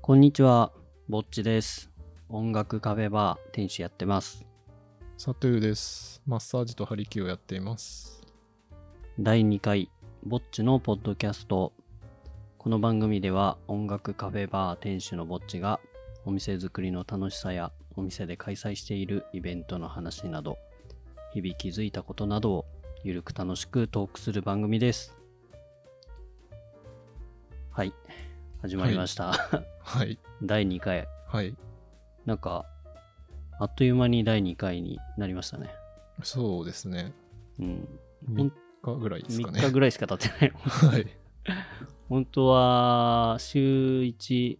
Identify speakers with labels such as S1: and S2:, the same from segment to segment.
S1: こんにちは、ぼっちです。音楽カフェバー店主やってます。
S2: サトゥーです。マッサージとハリキをやっています。
S1: 第2回、ぼっちのポッドキャスト。この番組では音楽カフェバー店主のぼっちがお店作りの楽しさやお店で開催しているイベントの話など、日々気づいたことなどをゆるく楽しくトークする番組です。はい、始まりました。
S2: はい。
S1: 第2回、
S2: はい。
S1: なんか、あっという間に第2回になりましたね。
S2: そうですね。
S1: うん。ほ
S2: 3
S1: ん
S2: 日ぐらいですか
S1: 3
S2: ね。
S1: 日ぐらいしか経ってない。
S2: はい。
S1: 本当は、週1、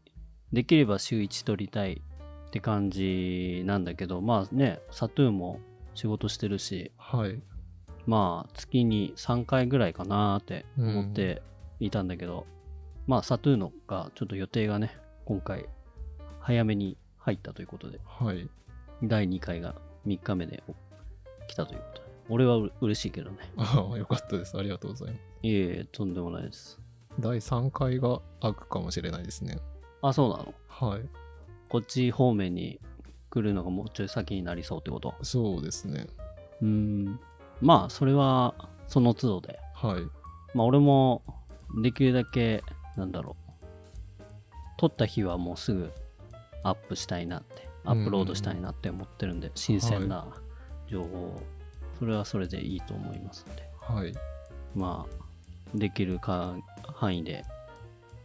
S1: できれば週1撮りたいって感じなんだけど、まあね、サトゥーンも仕事してるし、
S2: はい。
S1: まあ月に3回ぐらいかなーって思っていたんだけど、まあサトゥーンのがちょっと予定がね、今回早めに入ったということで、
S2: はい。
S1: 第2回が3日目で来たということで。俺はう嬉しいけどね。
S2: ああ、よかったです。ありがとうございます。
S1: いえいえ、とんでもないです。
S2: 第3回が開くかもしれないですね。
S1: あ、そうなの
S2: はい。
S1: こっち方面に来るのがもうちょい先になりそうってこと
S2: そうですね。
S1: うーん。まあ、それはその都度で。
S2: はい。
S1: まあ、俺もできるだけ、なんだろう。撮った日はもうすぐアップしたいなって、アップロードしたいなって思ってるんで、新鮮な情報を、それはそれでいいと思いますので、
S2: はい。
S1: まあ、できるか範囲で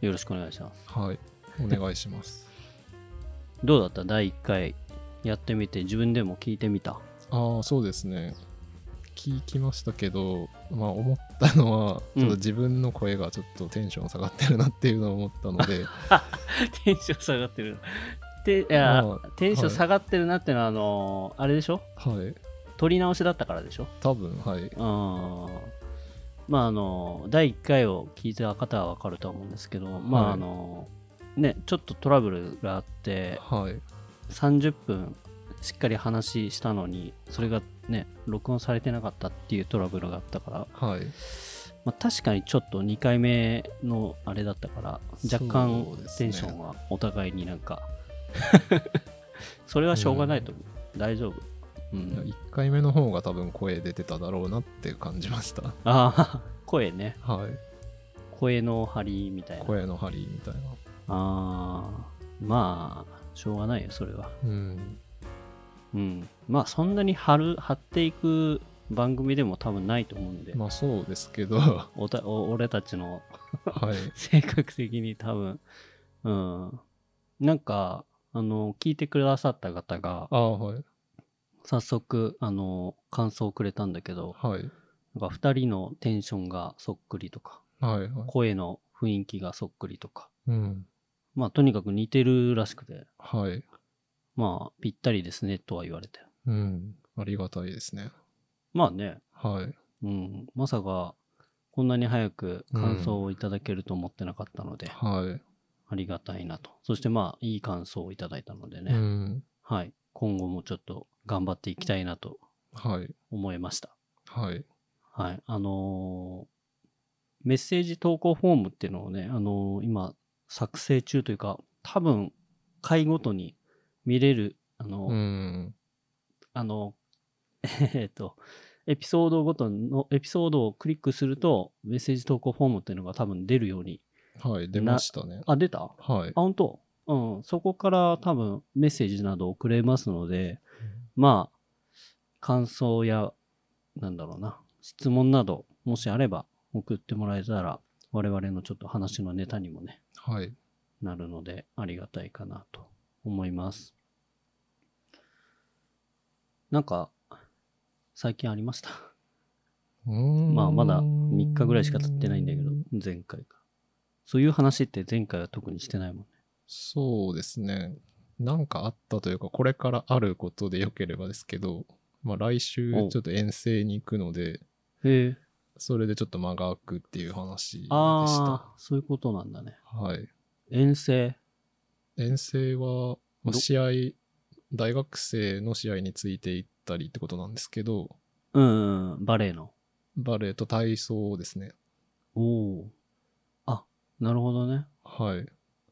S1: よろしくお願いします。
S2: はい。お願いします。
S1: どうだった第1回やってみて、自分でも聞いてみた。
S2: ああ、そうですね。聞きましたけど、まあ思ったのは、
S1: うん
S2: ちょっと自分の声がちょっとテンション下がってるなっていうのを思ったの で、
S1: テンション下がってる。ていや
S2: ま
S1: テンション
S2: はい
S1: 下がってるなってのは、あのーあれでしょ
S2: はい。
S1: 撮り直しだったからでしょ
S2: 多分、はい。
S1: うん。まあ、あのー第1回を聞いた方は分かると思うんですけど、まあ、
S2: はい
S1: あのーね、ちょっとトラブルがあって、
S2: はい。
S1: 30分しっかり話したのに、それがね、録音されてなかったっていうトラブルがあったから、
S2: はい。
S1: まあ、確かにちょっと2回目のあれだったから若干
S2: そうです
S1: テ
S2: ね
S1: ンションがお互いになんか それはしょうがないと思う、大丈夫、うん
S2: 1回目の方が多分声出てただろうなって感じました。
S1: ああ 声ね
S2: はい。
S1: 声の張りみたいな
S2: 声の張りみたいな。
S1: あーまあしょうがないよそれは
S2: うん。
S1: うんまあそんなに張る張っていく番組でも多分ないと思うんで、
S2: まあそうで すけど、は
S1: おたお俺たちの
S2: い。
S1: 性格的に多分うんなんかあの聞いてくださった方が
S2: ああ、はい。
S1: 早速あの感想をくれたんだけど
S2: はい。
S1: なんか2人のテンションがそっくりとか
S2: はい、はい。
S1: 声の雰囲気がそっくりとか
S2: うん。
S1: まあとにかく似てるらしくて
S2: はい。
S1: まあぴったりですねとは言われて
S2: うん。ありがたいですね。
S1: まあね、
S2: はい。
S1: うん、まさかこんなに早く感想をいただけると思ってなかったので、
S2: はい。
S1: ありがたいなとそしてまあいい感想をいただいたのでね、
S2: うん。
S1: はい今後もちょっと頑張っていきたいなと
S2: はい。
S1: 思いました
S2: はい。
S1: はい。あのーメッセージ投稿フォームっていうのをね、あのー今、作成中というか、多分、回ごとに見れる、あのー
S2: うん。
S1: あの ーえっと、エピソードごとの、エピソードをクリックすると、メッセージ投稿フォームっていうのが多分出るように。
S2: はい。出ましたね。
S1: あ、出たあ、
S2: はい。
S1: 本当うん。そこから多分、メッセージなど送れますので、まあ、感想や、なんだろうな、質問など、もしあれば送ってもらえたら、我々のちょっと話のネタにもね、
S2: はい。
S1: なるので、ありがたいかなと思います。なんか、最近ありました。ま
S2: ま
S1: あ、まだ3日ぐらいしか経ってないんだけど、前回が。そういう話って前回は特にしてないもんね。
S2: そうですね。なんかあったというか、これからあることでよければですけど、まあ来週
S1: おう
S2: ちょっと遠征に行くので、
S1: へえ。
S2: それでちょっと間が空くっていう話でした。
S1: ああ、そういうことなんだね。
S2: はい。
S1: 遠征。
S2: 遠征は、ま
S1: ど
S2: あ試合、大学生の試合について行ったりってことなんですけど、
S1: うん、うん、バレエの。
S2: バレエと体操ですね。
S1: おお。あ、なるほどね。
S2: はい。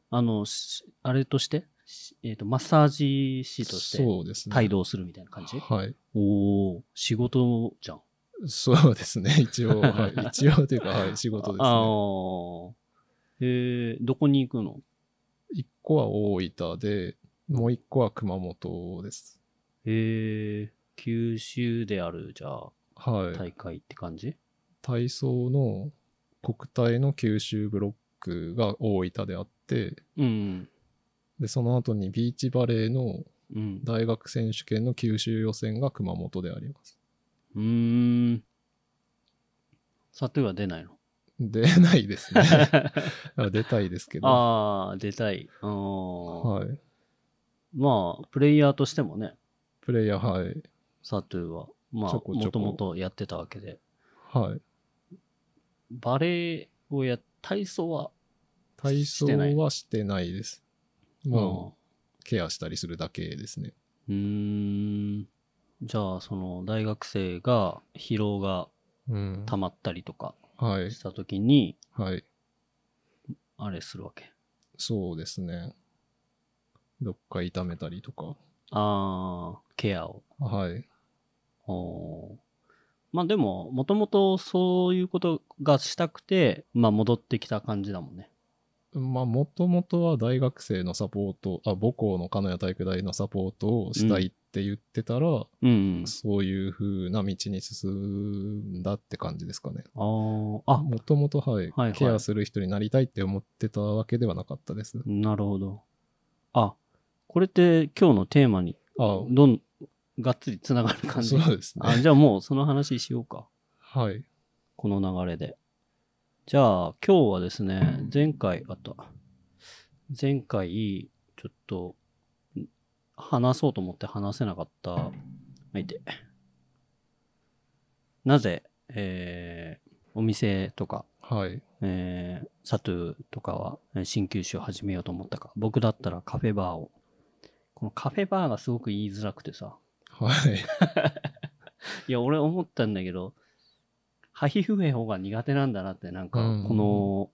S1: あの、しあれとして、しえっ、と、マッサージ師として
S2: そうですね。
S1: 帯同するみたいな感じ、
S2: はい。
S1: おお仕事じゃん。
S2: そうですね。一応、はい、一応というか、はい、仕事です
S1: ああ
S2: ね。
S1: ー。えー、どこに行くの
S2: 一個は大分で、もう一個は熊本です。
S1: えー、九州である、じゃあ、
S2: はい。
S1: 大会って感じ、
S2: 体操の国体の九州ブロックが大分であって、
S1: うん。
S2: で、その後にビーチバレーの
S1: うん。
S2: 大学選手権の九州予選が熊本であります。
S1: うーん。サトゥーは出ないの
S2: 出ないで すね。出たいですけど。
S1: ああ、出たい。あー
S2: はい。
S1: まあ、プレイヤーとしてもね、
S2: プレイヤー、はい。
S1: サトゥーは、まあ、
S2: ちょこち
S1: も
S2: ょ
S1: と
S2: こ
S1: もとやってたわけで。
S2: はい。
S1: バレーをや、体操は、
S2: 体操
S1: してない
S2: はしてないです。
S1: う
S2: も
S1: ん
S2: う、ケアしたりするだけですね。
S1: うーん。じゃあ、その、大学生が、疲労が
S2: うん。
S1: 溜まったりとか
S2: はい。
S1: したときに、
S2: はい。
S1: あれするわけ。
S2: そうですね。どっか痛めたりとか。
S1: ああ、ケアを。
S2: はい。
S1: おーまあでも、もともとそういうことがしたくて、まあ戻ってきた感じだもんね。
S2: まあ、もともとは大学生のサポート、あ、母校の金谷体育大のサポートをしたいって言ってたら、
S1: うん、
S2: そういう風な道に進んだって感じですかね。
S1: うん。ああ、あ、
S2: もともと、はい、
S1: はい
S2: ケアする人になりたいって思ってたわけではなかったです。
S1: なるほど。あ、これって今日のテーマに、
S2: あ
S1: どん、がっつりつながる感じ。
S2: そうです
S1: あ
S2: ね。
S1: じゃあもうその話しようか。
S2: はい。
S1: この流れで。じゃあ今日はですね、前回、あった。前回、ちょっと、ん話そうと思って話せなかった。相手。なぜ、えーお店とか、
S2: はい。
S1: えーサトゥーとかはえー鍼灸師を始めようと思ったか。僕だったらカフェバーを。このカフェバーがすごく言いづらくてさ。
S2: はい。
S1: いや、俺思ったんだけど、ハヒフヘホが苦手なんだなって、なんか
S2: うん、
S1: この、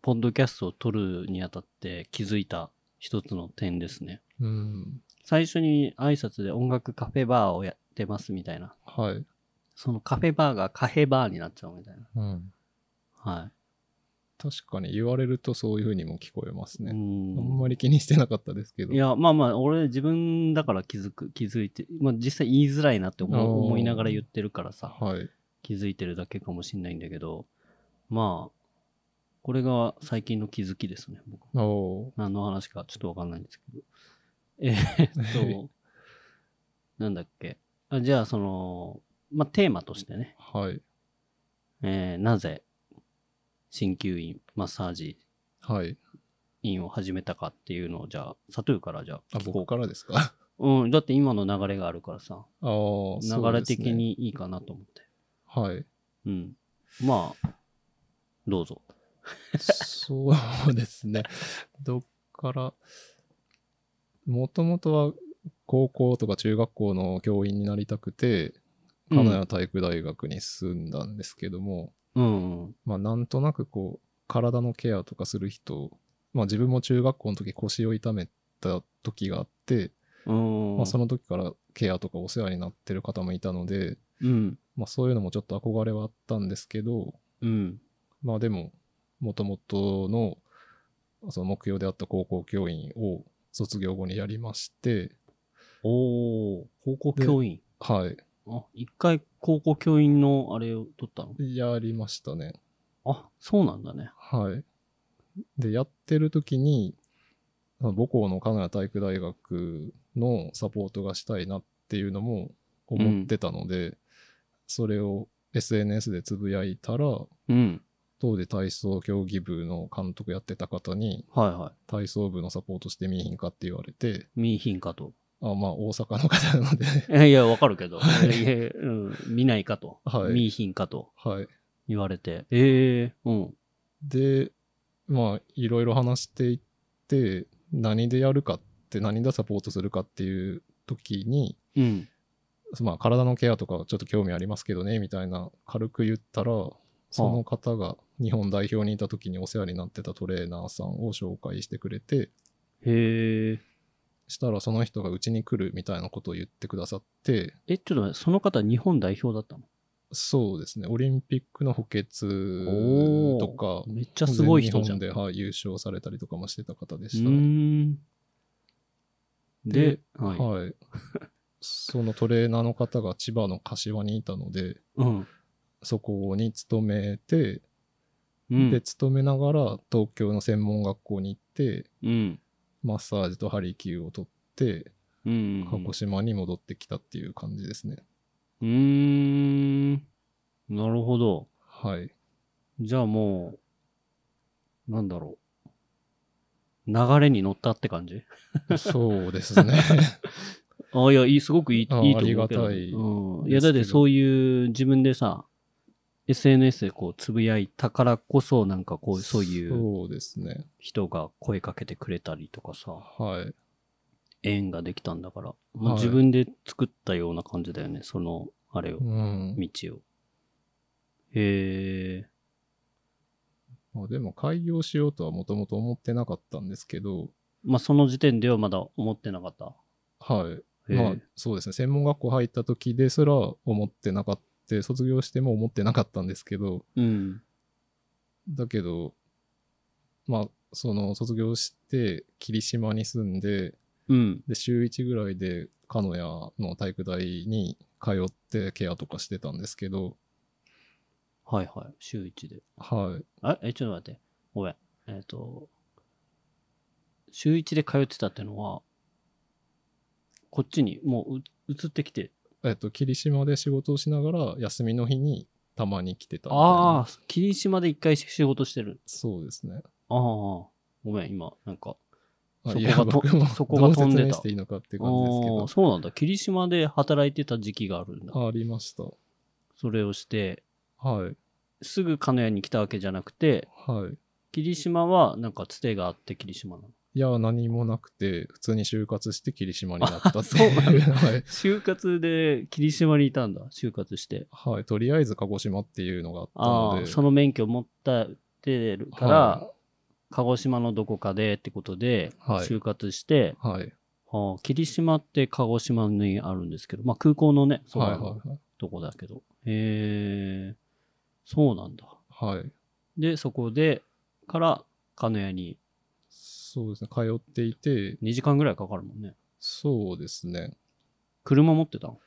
S1: ポッドキャストを撮るにあたって気づいた一つの点ですね。
S2: うん。
S1: 最初に挨拶で音楽カフェバーをやってますみたいな。
S2: はい。
S1: そのカフェバーがカフェバーになっちゃうみたいな。
S2: うん。
S1: は
S2: 確かに言われるとそういう風にも聞こえます
S1: い。
S2: ね。
S1: う
S2: あん
S1: ん。
S2: まり気にしてなかったですけど。
S1: いや、まあまあ、俺自分だから気づく、気づいて、まあ実際言いづらいなって思
S2: あー
S1: う思いながら言ってるからさ、
S2: はい。
S1: 気づいてるだけかもしんないんだけど、まあ、これが最近の気づきですね、僕。
S2: おお
S1: 何の話かちょっとわかんないんですけど。えー っと、なんだっけ。あじゃあ、その、まあテーマとしてね、
S2: ー。はい。
S1: えーなぜ、鍼灸院、マッサージ
S2: はい。
S1: 院を始めたかっていうのを、じゃあ、サトゥーからじゃあ
S2: あ、
S1: 聞こう
S2: 僕
S1: か。
S2: からですか
S1: うん、だって今の流れがあるからさ、
S2: ああ、そうですね
S1: 流れ的。にいいかなと思って。
S2: はい。
S1: うん。まあ、どうぞ。
S2: そうですね。 どっから、もともとは高校とか中学校の教員になりたく
S1: う
S2: て、
S1: ん
S2: 金谷体育大学に住んだんですけども、
S1: うん、うん。
S2: まあなんとなくこう、体のケアとかする人、まあ自分も中学校の時腰を痛めた時があって、
S1: うん。
S2: まあその時からケアとかお世話になってる方もいたので、
S1: うん。
S2: まあそういうのもちょっと憧れはあったんですけど、
S1: うん。
S2: まあでも、もともとのその目標であった高校教員を卒業後にやりまして、
S1: おー、高校教員。
S2: は
S1: あ、一回高校教員のあれを取ったの
S2: い、やりましたね。
S1: あ、そうなんだね。
S2: はい。で、やってる時に、あの母校の金谷体育大学のサポートがしたいなっていうのも思ってたので、それを SNS でつぶやいたら、
S1: うん。
S2: 当時体操競技部の監督やってた方に、
S1: はいは
S2: 体操部のサポートしてみいひんかって言われて、
S1: い。見いひんかと。
S2: あまあ、大阪の方なので、
S1: えいや、わかるけど。
S2: はい
S1: いやいやうん、見ないかと。
S2: はい
S1: 見いひんかと
S2: はい。
S1: 言われて。ええうん。
S2: で、まあ、いろいろ話していって、何でやるかって、何でサポートするかっていう時に、
S1: うん。
S2: まあ、体のケアとかちょっと興味ありますけどね、みたいな、軽く言ったら、その方が、日本代表にいた時にお世話になってたトレーナーさんを紹介してくれて、
S1: へえ。
S2: したらその人がうちに来るみたいなことを言ってくださって、
S1: え、ちょっと待って、その方日本代表だったの
S2: そうですね、オリンピックの補欠
S1: おー
S2: とか、
S1: めっちゃすごい
S2: 全
S1: 人
S2: 日
S1: じゃ
S2: 本
S1: ん。
S2: で、はい、優勝されたりとかもしてた方で
S1: う
S2: した。
S1: ーん。で
S2: で、
S1: はい。
S2: はい。 そのトレーナーの方が千葉の柏にいたので、
S1: うん。
S2: そこに勤めて、
S1: うん
S2: で、勤めながら東京の専門学校に行って、
S1: うん。
S2: マッサージとハリキューを取って、
S1: うんうん
S2: 鹿児島に戻ってきたっていう感じですね。
S1: うん。うーん。なるほど。
S2: はい。
S1: じゃあもう、なんだろう。流れに乗ったって感じ
S2: そうですね。
S1: ああ、いや、いい、すごくいい、いいと
S2: ああ
S1: 思うけど。
S2: ありがたい
S1: うん。い
S2: で
S1: や、
S2: すけど
S1: だってそういう自分でさ、SNS でこう、つぶやいたからこそ、なんかこう、そういう
S2: そうですね。
S1: 人が声かけてくれたりとかさ、
S2: はい。
S1: 縁ができたんだから、まあ、
S2: はい
S1: 自分で作ったような感じだよね、その、あれを
S2: う、ん。
S1: 道を。へえ、
S2: まあ、でも開業しようとはもともと思ってなかったんですけど、
S1: まあ、その時点ではまだ思ってなかった。
S2: はい。
S1: へえ
S2: まあそうですね専門学校入った時ですら思ってなかった卒業しても思ってなかったんですけど
S1: うん。
S2: だけどまあその卒業して霧島に住んで
S1: うん。
S2: で週1ぐらいで鹿屋の体育大に通ってケアとかしてたんですけど
S1: はいはい。週1で。
S2: はい
S1: あえ、ちょっと待って。ごめん。えっ、と、週1で通ってたってのは、こっちにもうう移ってきて。
S2: えっと霧島で仕事をしながら休みの日にたまに来てたみたいな
S1: ああ、霧島で一回仕事してる。
S2: そうですね
S1: ああ、ごめん、今、なんか。
S2: あ
S1: そこが
S2: いや
S1: と
S2: 僕も
S1: そこが飛んでた
S2: どう説明していいのかって
S1: あ
S2: 感じですけ
S1: ーそうなんだ。霧島で働いてた時期があるんだ。
S2: どありました
S1: それをして、
S2: はい
S1: すぐ鹿屋に来たわけじゃなくて、
S2: はい
S1: 霧島はなんかつてがあって霧島なの。
S2: いや、何もなくて、普通に就活して霧島になったって
S1: あそうなん
S2: い
S1: だ
S2: う。 はい。
S1: 就活で霧島にいたんだ。就活して。
S2: はい。とりあえず鹿児島っていうのがあった
S1: あ
S2: の
S1: あ、
S2: で。
S1: その免許を持ってるから、
S2: は
S1: 鹿児島のどこかでってことで、
S2: はい
S1: 就活して、
S2: はい。
S1: ああ霧島って鹿児島にあるんですけど、まあ空港のね、そう
S2: はい
S1: なの
S2: はい
S1: とこだけど。へえ、そうなんだ。
S2: はい。はい。
S1: で、そこで、から、金谷に
S2: そうですね。通っていて、
S1: 2時間ぐらいかかるもんね。
S2: そうですね。
S1: 車持ってたの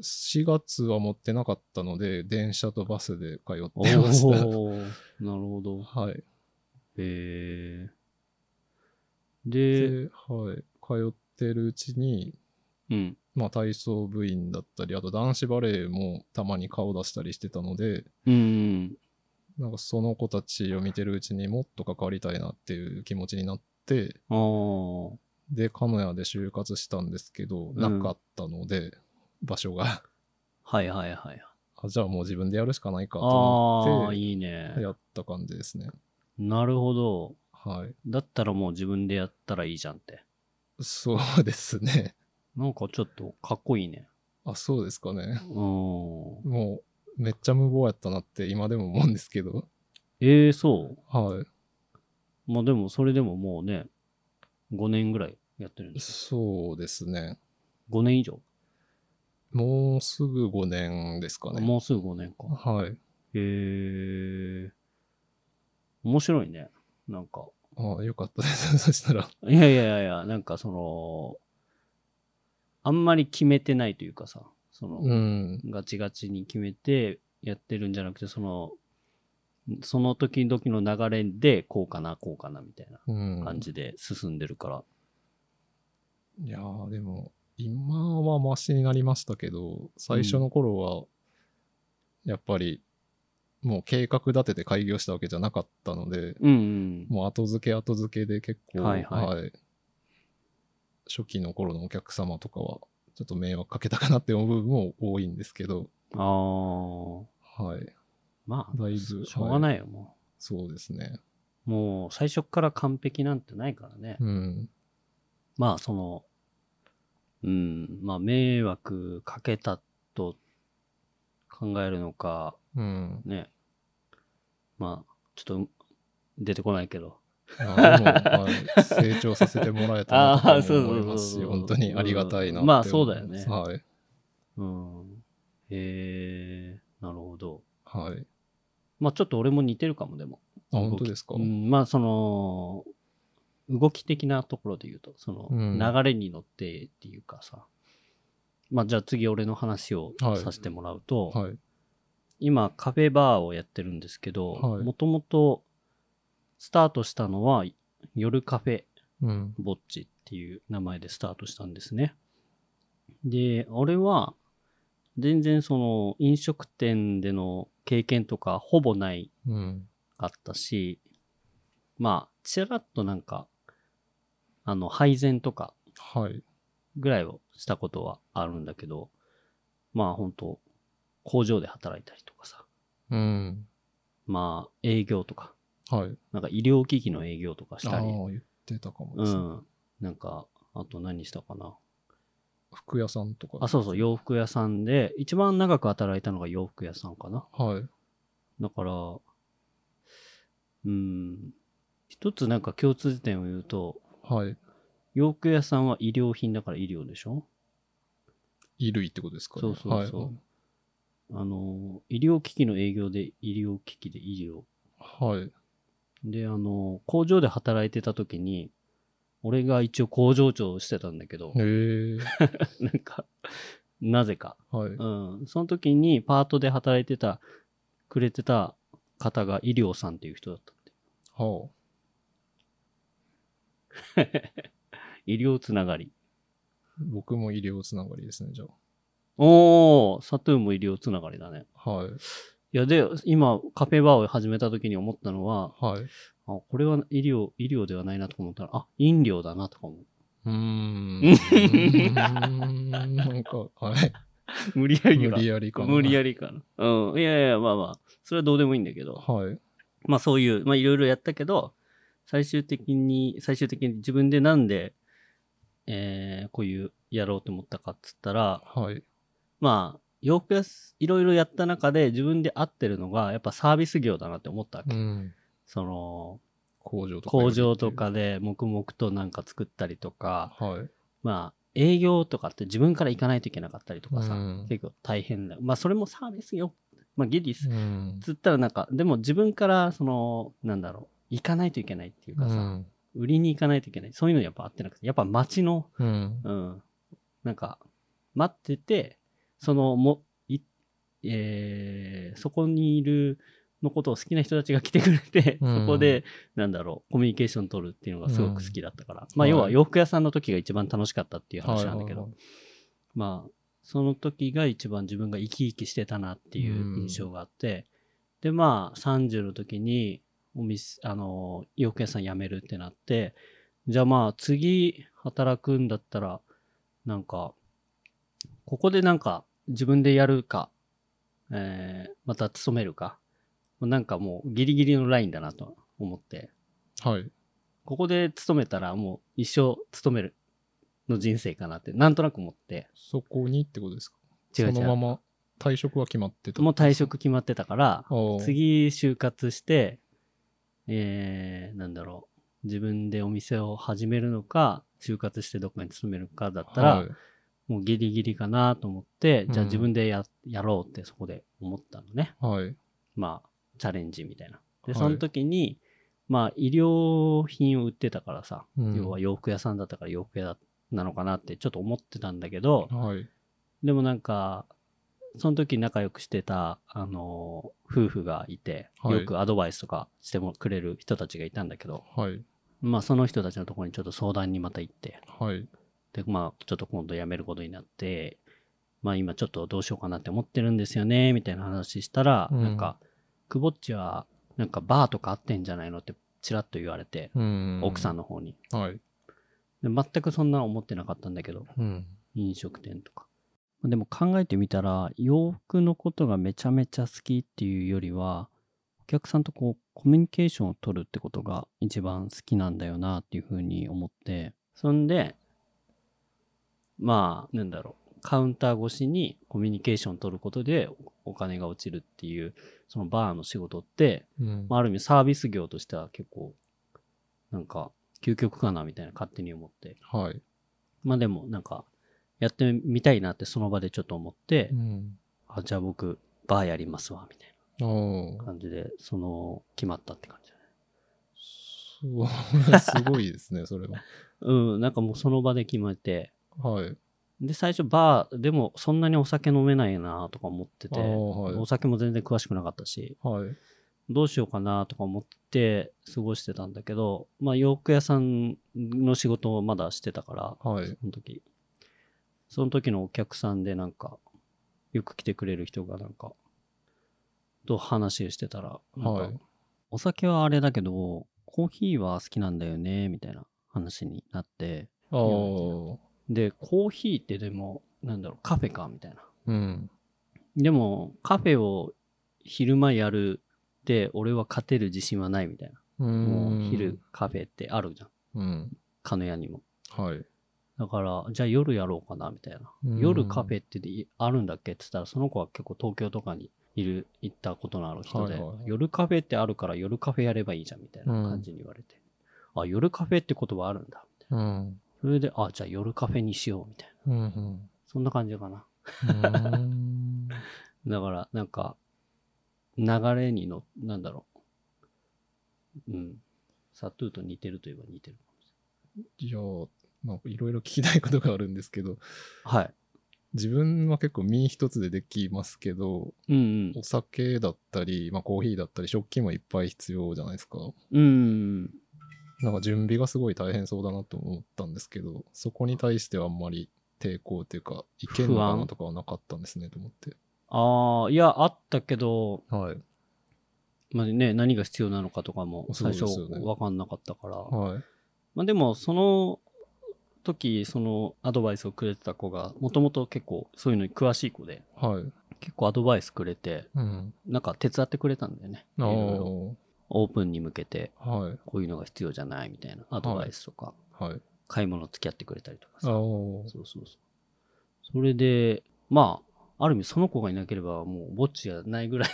S2: 4月は持ってなかったので、電車とバスで通
S1: お
S2: ってました。
S1: おー、なるほど。
S2: はい。
S1: へえ。で、
S2: で、はい。通ってるうちに、
S1: うん。
S2: まあ、体操部員だったり、あと男子バレーもたまに顔出したりしてたので、
S1: うんうん。
S2: なんかその子たちを見てるうちにもっと関わりたいなっていう気持ちになって、
S1: ああ。
S2: で、鹿屋で就活したんですけど、
S1: う
S2: なんかったので、場所が。
S1: はいはいはい。
S2: あじゃあもう自分でやるしかないかと
S1: あ
S2: 思
S1: あ、
S2: っ
S1: いいね
S2: て、。やった感じですね。
S1: なるほど。
S2: はい。
S1: だったらもう自分でやったらいいじゃんって。
S2: そうですね。
S1: なんかちょっとかっこいいね。
S2: あ、そうですかね。
S1: うん。
S2: もう、めっちゃ無謀やったなって今でも思うんですけど、
S1: ええそ
S2: は
S1: う。まあでもそれでももうね、5年ぐらいやってるん
S2: い。
S1: です。
S2: そうですね。
S1: 5年以上。
S2: もうすぐ5年ですかね。
S1: もうすぐ5年か。
S2: はい。
S1: へえ。面白いね。なんか。
S2: あよかったです。 そしたら。
S1: いやいやいやいや、なんかその、あんまり決めてないというかさ、その、
S2: うん。
S1: ガチガチに決めてやってるんじゃなくて、その、その時々の流れで、こうかな、こうかな、みたい
S2: うん
S1: な。感じで進んでるから。
S2: いやーでも今はマシになりましたけど最初の頃はやっぱりもう計画立てて開業したわけじゃなかったので
S1: うん、うん。
S2: もう後付け後付けで結構、
S1: はいはい
S2: 初期の頃のお客様とかはちょっと迷惑かけたかなって思う部分も多いんですけど、
S1: ああ、
S2: はい、
S1: まあ、
S2: だいぶ
S1: しょうがないよ、も
S2: そうですね。
S1: う。もう、最初っから完璧なんてないからね。
S2: うん、
S1: まあ、その、うん、まあ、迷惑かけたと考えるのか、
S2: うん、
S1: ね、まあ、ちょっと出てこないけど。
S2: あでも、まあ、成長させてもらえたな
S1: あー
S2: と
S1: そうそう
S2: 思
S1: そう
S2: いますし、本当にありがたいなって思い
S1: まあ
S2: す
S1: そうだよね
S2: はい。
S1: うん。へえなるほど。
S2: はい。
S1: まあちょっと俺も似てるかも、でも。
S2: あ、本当ですか。
S1: うん、まあその、動き的なところで言うと、その、
S2: うん
S1: 流れに乗ってっていうかさ、まあじゃあ次俺の話を
S2: はい
S1: させてもらうと、
S2: はい。
S1: 今カフェバーをやってるんですけど、
S2: はい
S1: もともとスタートしたのは夜カフェ
S2: うん。
S1: ぼっちっていう名前でスタートしたんですね。で、俺は全然その飲食店での経験とかほぼない
S2: うん。
S1: かったし、まあ、ちらっとなんか、あの、配膳とか
S2: はい。
S1: ぐらいをしたことはあるんだけど、まあ本当工場で働いたりとかさ、
S2: うん。
S1: まあ営業とか、
S2: はい。
S1: なんか医療機器の営業とかし
S2: あ
S1: た
S2: あ
S1: り、
S2: ー、言ってたかもで
S1: う
S2: すね。
S1: ん。なんか、あと何したかな。
S2: 服屋さんとか。
S1: あ、そうそう、洋服屋さんで、一番長く働いたのが洋服屋さんかな。
S2: はい。
S1: だから、うん、一つなんか共通点を言うと、
S2: はい。
S1: 洋服屋さんは医療品だから医療でしょ
S2: 衣類ってことですかね。
S1: そうそうそうあの、医療機器の営業で医療機器で医療。
S2: はい。はい。
S1: で、あの、工場で働いてた時に、俺が一応工場長をしてたんだけど、
S2: えー。
S1: なんか、なぜか。
S2: はい。
S1: うん。その時にパートで働いてた、くれてた方が医療さんっていう人だったんで。
S2: は
S1: 医療つながり。
S2: あ。僕も医療つながりですね、じゃ
S1: おー、サトゥーンも医療つながりだね。
S2: あ。はい。
S1: いや、で、今、カフェバーを始めた時に思ったのは、
S2: はい。う
S1: あ、これは医療、医療ではないなとか思ったら、あ、飲料だなとか思う。
S2: ーん。う ーんなんか、はい。
S1: 無理や
S2: 無理
S1: や
S2: やりかな。
S1: 無理やりかな。うん。いやいや、まあまあ、それはどうでもいいんだけど、
S2: はい。
S1: まあそういう、まあいろいろやったけど、最終的に、最終的に自分でなんで、えー、こういうやろうと思ったかっつったら、
S2: はい。
S1: まあ、洋服屋す、いろいろやった中で自分で合ってるのが、やっぱサービス業だなって思ったわけ。
S2: うん。
S1: その、
S2: 工場とか。
S1: 工場と。かで黙々となんか作ったりとか、
S2: はい。
S1: まあ、営業とかって自分から行かないといけなかったりとかさ、
S2: うん
S1: 結構大変だ。まあ、それもサービスよ。まあ、ギリス。
S2: うん。
S1: つったらなんか、でも自分から、その、なんだろう、行かないといけないっていう
S2: う
S1: かさ、
S2: ん。
S1: 売りに行かないといけない。そういうのやっぱあってなくて、やっぱ街の、
S2: うん。
S1: うん、なんか、待ってて、その、も、い、えーそこにいる、のことを好きな人たちが来てくれて、
S2: うん
S1: そこで、なんだろう、コミュニケーション取るっていうのがすごく好きだったから。まあ、
S2: はい
S1: 要は洋服屋さんの時が一番楽しかったっていう
S2: はい
S1: 話なんだけど
S2: はい、
S1: まあ、その時が一番自分が生き生きしてたなっていう印象があって、で、まあ、30の時に、お店、あの、洋服屋さん辞めるってなって、じゃあまあ、次働くんだったら、なんか、ここでなんか自分でやるか、えーまた勤めるか、なんかもうギリギリのラインだなと思って、
S2: はい。
S1: ここで勤めたらもう一生勤めるの人生かなって、なんとなく思って、
S2: そこにってことですか
S1: 違う違う
S2: そのまま退職は決まってた。
S1: もう退職決まってたから、
S2: おう
S1: 次就活して、えー、なんだろう、自分でお店を始めるのか、就活してどっかに勤めるかだったら、
S2: はい
S1: もうギリギリかなと思って、じゃあ
S2: うん
S1: 自分でややろうってそこで思ったのね。
S2: はい。
S1: まあ、チャレンジみたいな。で、
S2: はい
S1: その時に、まあ、医療品を売ってたからさ、
S2: うん
S1: 要は洋服屋さんだったから洋服屋なのかなってちょっと思ってたんだけど、
S2: はい。
S1: でもなんか、その時仲良くしてた、あのー夫婦がいて、
S2: はい
S1: よくアドバイスとかしてもくれる人たちがいたんだけど、
S2: はい。
S1: まあその人たちのところにちょっと相談にまた行って、
S2: はい。
S1: で、まあちょっと今度辞めることになって、まあ今ちょっとどうしようかなって思ってるんですよね、みたいな話したら、
S2: うん
S1: なんか、くぼっちは、なんかバーとかあってんじゃないのってちらっと言われて、
S2: うん。
S1: 奥さんの
S2: の。
S1: 方に。
S2: はい。
S1: で全くそんな思ってなかったんだけど、
S2: うん。
S1: 飲食店とか。でも考えてみたら、洋服のことがめちゃめちゃ好きっていうよりは、お客さんとこう、コミュニケーションを取るってことが一番好きなんだよなっていうふうに思って、そんで、まあ、なんだろう、カウンター越しにコミュニケーション取ることでお金が落ちるっていう、そのバーの仕事って、
S2: うん
S1: まあ、ある意味サービス業としては結構、なんか、究極かなみたいな勝手に思って。
S2: はい。
S1: まあでも、なんか、やってみたいなってその場でちょっと思って、
S2: うん。
S1: あ、じゃあ僕、バーやりますわ、みたい
S2: ああ
S1: な。 感じで、その、決まったって感じだね。
S2: そうすごいですね、それは。
S1: うん、なんかもうその場で決めて、
S2: はい。
S1: で、最初バーでもそんなにお酒飲めないなとか思って
S2: あ
S1: て、
S2: あ、はい。
S1: お酒も全然詳しくなかったし、
S2: はい。
S1: どうしようかなとか思って過ごしてたんだけど、まあ洋服屋さんの仕事をまだしてたから、
S2: はい。
S1: その時。その時のお客さんでなんか、よく来てくれる人がなんか、と話をしてたら、なんか
S2: はい
S1: お酒はあれだけど、コーヒーは好きなんだよね、みたいな話になって、
S2: ああ、
S1: で、コーヒーってでも、なんだろう、カフェか、みたいな。
S2: うん。
S1: でも、カフェを昼間やるで、俺は勝てる自信はないみたいな。もう昼。カフェってあるじゃん。
S2: うん。
S1: 鹿屋にも。
S2: はい。
S1: だから、じゃあ夜やろうかな、みたいな。
S2: うん
S1: 夜カフェってであるんだっけって言ったら、その子は結構東京とかにいる、行ったことのある人で、
S2: はいはいはい
S1: 夜カフェってあるから夜カフェやればいいじゃん、みたいな感じに言われて。あ、夜カフェって言葉あるんだ、みたいな。
S2: うん。
S1: それで、あ、じゃあ夜カフェにしよう、みたいな。
S2: うん。うん
S1: そんな感じかな。
S2: うーん。
S1: だから、なんか、流れにの、なんだろう。うん。サトゥーと似てるといえば似てる。
S2: いやー、なんかいろいろ聞きたいことがあるんですけど、
S1: はい。
S2: 自分は結構身一つでできますけど、
S1: うん
S2: お酒だったり、まあ、コーヒーだったり、食器もいっぱい必要じゃないですか。
S1: うん。うん。
S2: なんか準備がすごい大変そうだなと思ったんですけど、そこに対してはあんまり抵抗というか、いけんのか
S1: 不
S2: な
S1: 安
S2: とかはなかったんですねと思って。
S1: ああ、いや、あったけど、
S2: はい。
S1: まあね、何が必要なのかとかも
S2: そう
S1: 最
S2: ですよね
S1: 初わかんなかったから。
S2: はい。
S1: まあでも、その時、そのアドバイスをくれてた子が、もともと結構そういうのに詳しい子で、
S2: はい。
S1: 結構アドバイスくれて、
S2: うん。
S1: なんか手伝ってくれたんだよね。い
S2: あ
S1: ろいろオープンに向けて、
S2: あ、はい。
S1: こういうのが必要じゃないみたいなアドバイスとか、
S2: はい。
S1: 買い物付き合ってくれたりとか
S2: あ
S1: さ。
S2: あ、
S1: そうそうそう。それで、まあ、ある意味その子がいなければもうぼっちじゃないぐらい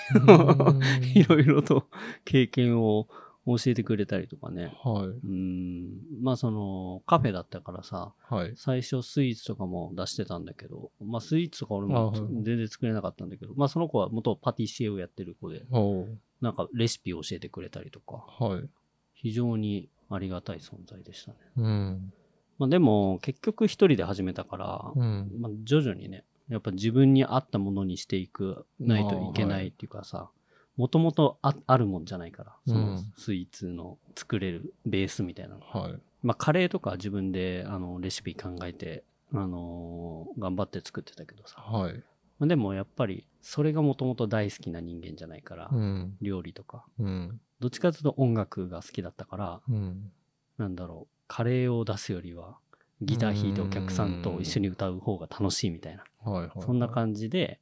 S1: いろいろと経験を教えてくれたりとかね。
S2: はい。
S1: うん。まあそのカフェだったからさ、
S2: はい。
S1: 最初スイーツとかも出してたんだけど、まあスイーツとか俺も
S2: あはい
S1: 全然作れなかったんだけど、まあその子は元パティシエをやってる子で、
S2: お
S1: なんかレシピを教えてくれたりとか、
S2: はい。
S1: 非常にありがたい存在でしたね。
S2: うん。
S1: まあでも結局一人で始めたから、
S2: うん。
S1: まあ、徐々にねやっぱ自分に合ったものにしていくないといけ
S2: あー
S1: な
S2: はい
S1: いっていうかさもともとああるもんじゃないからそうの
S2: ん
S1: スイーツの作れるベースみたいなの、
S2: はい。
S1: まあカレーとかは自分であのレシピ考えて、あのー頑張って作ってたけどさ、
S2: はい。
S1: まあ、でもやっぱりそれがもともと大好きな人間じゃないから、
S2: うん。
S1: 料理とか
S2: うん。
S1: どっちかというと音楽が好きだったから
S2: うん。
S1: なんだろうカレーを出すよりはギター弾いてお客さんと一緒に歌う方が楽しいみたいな
S2: はい。はい。
S1: そんな感じで、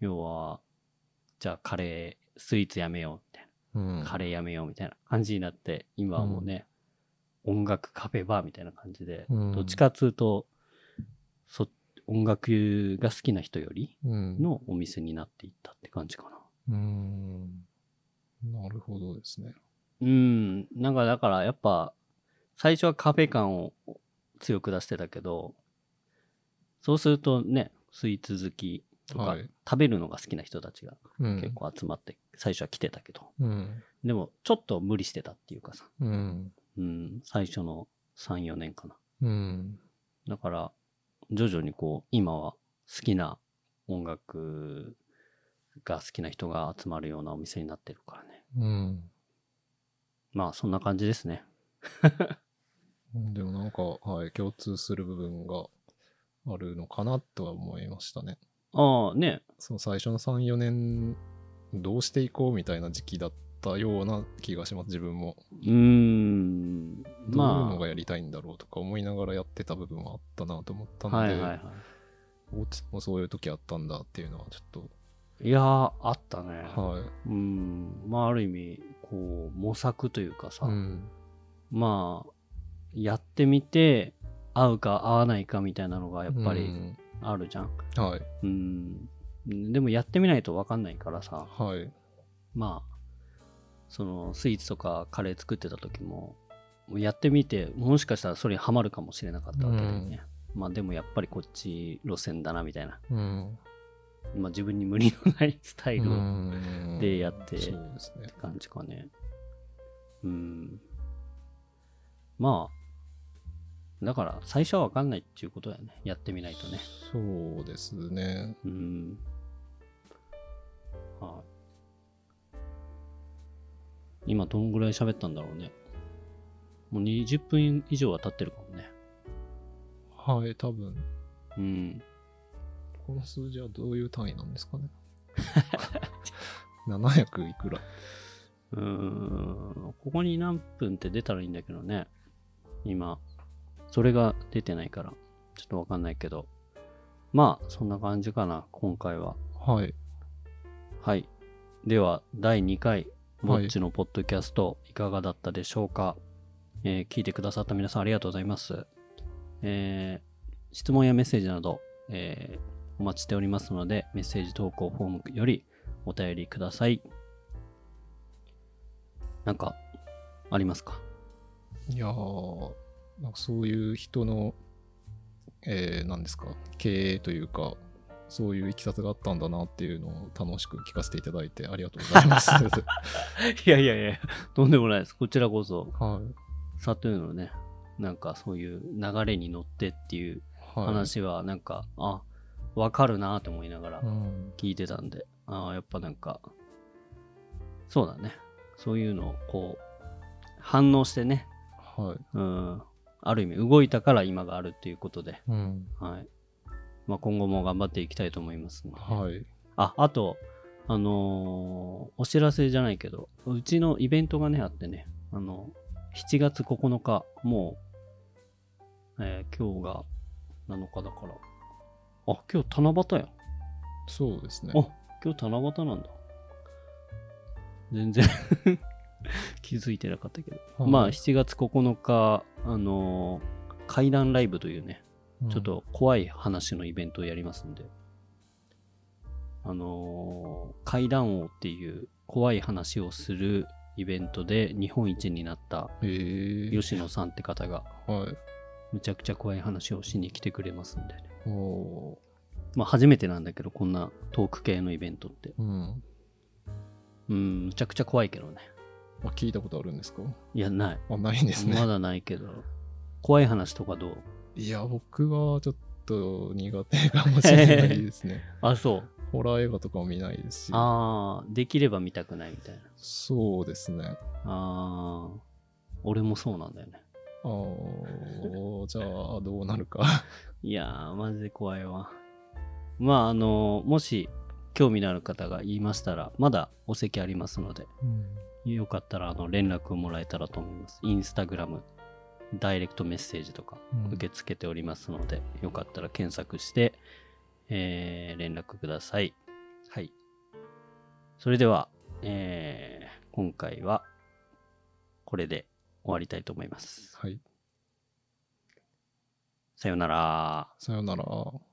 S1: 要は、じゃあカレー、スイーツやめようみたい
S2: じ。
S1: な、カ
S2: レ
S1: レーやめようみたいな感じになって、今はもうね、音楽カフェバーみたいな感じで、
S2: ー
S1: どっち。かっつうと、そ音楽が好きな人より
S2: うん。
S1: のお店になっていったって感じかな。
S2: うん。なるほどですね。
S1: うん、なんかだからやっぱ、最初はカフェ感を強く出してたけど、そうするとね、スイーツ好きとか、
S2: はい。
S1: 食べるのが好きな人たちが
S2: うん
S1: 結。構集まって、最初は来てたけど、
S2: うん。
S1: でもちょっと無理してたっていうかさ、
S2: うん。
S1: うん、最初の3、4年かな。
S2: うん。
S1: だから、徐々にこう、今は好きな音楽が好きな人が集まるようなお店になってるからね。
S2: うん。
S1: まあ、そんな感じですね。
S2: うんでもなんか、はい、共通する部分があるのかなとは思いましたね。
S1: ああ、ね、
S2: その最初の3、4年、どうしていこうみたいな時期だったような気がします、自分も。
S1: うーん、
S2: どういう
S1: ま
S2: のがやりたいんだろうとか思いながらやってた部分はあったなと思った
S1: あ、
S2: の
S1: は
S2: で、
S1: いはいは
S2: おつもうそういう時あったんだっていうのはちょっと、
S1: い。いやー、あったね。
S2: はい。
S1: うん、まあ、ある意味、こう、模索というかさ、
S2: うん。
S1: まあやってみて合うか合わないかみたいなのがやっぱ
S2: う
S1: り
S2: ん
S1: あるじゃん。
S2: はい。
S1: うん。でもやってみないとわかんないからさ、
S2: はい。
S1: まあ、そのスイーツとかカレー作ってた時も、もうやってみて、もしかしたらそれにはまるかもしれなかったわけだよね。まあでもやっぱりこっち路線だなみたいな。
S2: うん。
S1: まあ自分に無理のないスタイルをっ
S2: うん
S1: でやって
S2: そうですね
S1: て。感じかね。うん。まあ、だから最初はわかんないっていうことだよね。やってみないとね。
S2: そうですね。
S1: うん。はい。今どんぐらい喋ったんだろうね。もう20分以上は経ってるかもね。
S2: はい、多分。
S1: うん。
S2: この数字はどういう単位なんです かね。700いくら。
S1: うーん。ここに何分って出たらいいんだけどね。今。それが出てないから。ちょっとわかんないけど。まあ、そんな感じかな。今回は。
S2: はい。
S1: はい。では、第2回、ぼ
S2: はい
S1: っちのポッドキャスト、いかがだったでしょうか、えー聞いてくださった皆さんありがとうございます。えー質問やメッセージなど、えーお待ちしておりますので、メッセージ投稿フォームよりお便りください。なんか、ありますか
S2: いやー、なんかそういう人の、えー、なんですか、経営というか、そういういきさつがあったんだなっていうのを楽しく聞かせていただいてありがとうござ います。はい
S1: や いやいや、とんでもないです。こちらこそ、サトゥーンのね、なんかそういう流れに乗ってっていう
S2: い。はい。
S1: 話はなんか、あわかるなと思いながら
S2: うん。
S1: 聞いてたんで、ああやっぱなんかそうだねそういうのをこう反応してね
S2: はい。
S1: うんある意味動いたから今があるっていうことで、
S2: うん。
S1: はいまあ、今後も頑張っていきたいと思いますんで
S2: はい。
S1: ああとあのーお知らせじゃないけどうちのイベントがねあってねあの7月9日もう、えー今日が7日だからあ今日七夕や
S2: そうですね。
S1: あ今日七夕なんだ。全然 気づいてなかったけど。
S2: はい
S1: まあ、7月9日、あのー怪談ライブというね、ちょっと怖い話のイベントをやりますんで、あのー怪談王っていう怖い話をするイベントで日本一になった
S2: うん。えー、
S1: 吉野さんって方が、
S2: はい。
S1: むちゃくちゃ怖い話をしに来てくれますんでね。
S2: お
S1: まあ、初めてなんだけど、こんなトーク系のイベントって。
S2: ーうん。
S1: うん、むちゃくちゃ怖いけどね。
S2: あ、聞いたことあるんですか
S1: いや、ない。
S2: あ、ないんですね。
S1: まだないけど。怖い話とかどう
S2: いや、僕はちょっと苦手かもしれないですね。
S1: あ、そう。
S2: ホラー映画とかも見ないですし、
S1: ああ、できれば見たくないみたいな。
S2: そうですね。
S1: ああ、俺もそうなんだよね。
S2: あーじゃあ、どうなるか。
S1: いやー、マジで怖いわ。まあ、あのもし興味のある方が言いましたら、まだお席ありますので、よかったらあの連絡をもらえたらと思います。インスタグラム、ダイレクトメッセージとか
S2: うん
S1: 受け付けておりますので、よかったら検索して、えー連絡ください。はい。それでは、えー今回はこれで終わりたいと思います。
S2: はい。
S1: さようなら。
S2: さよなら。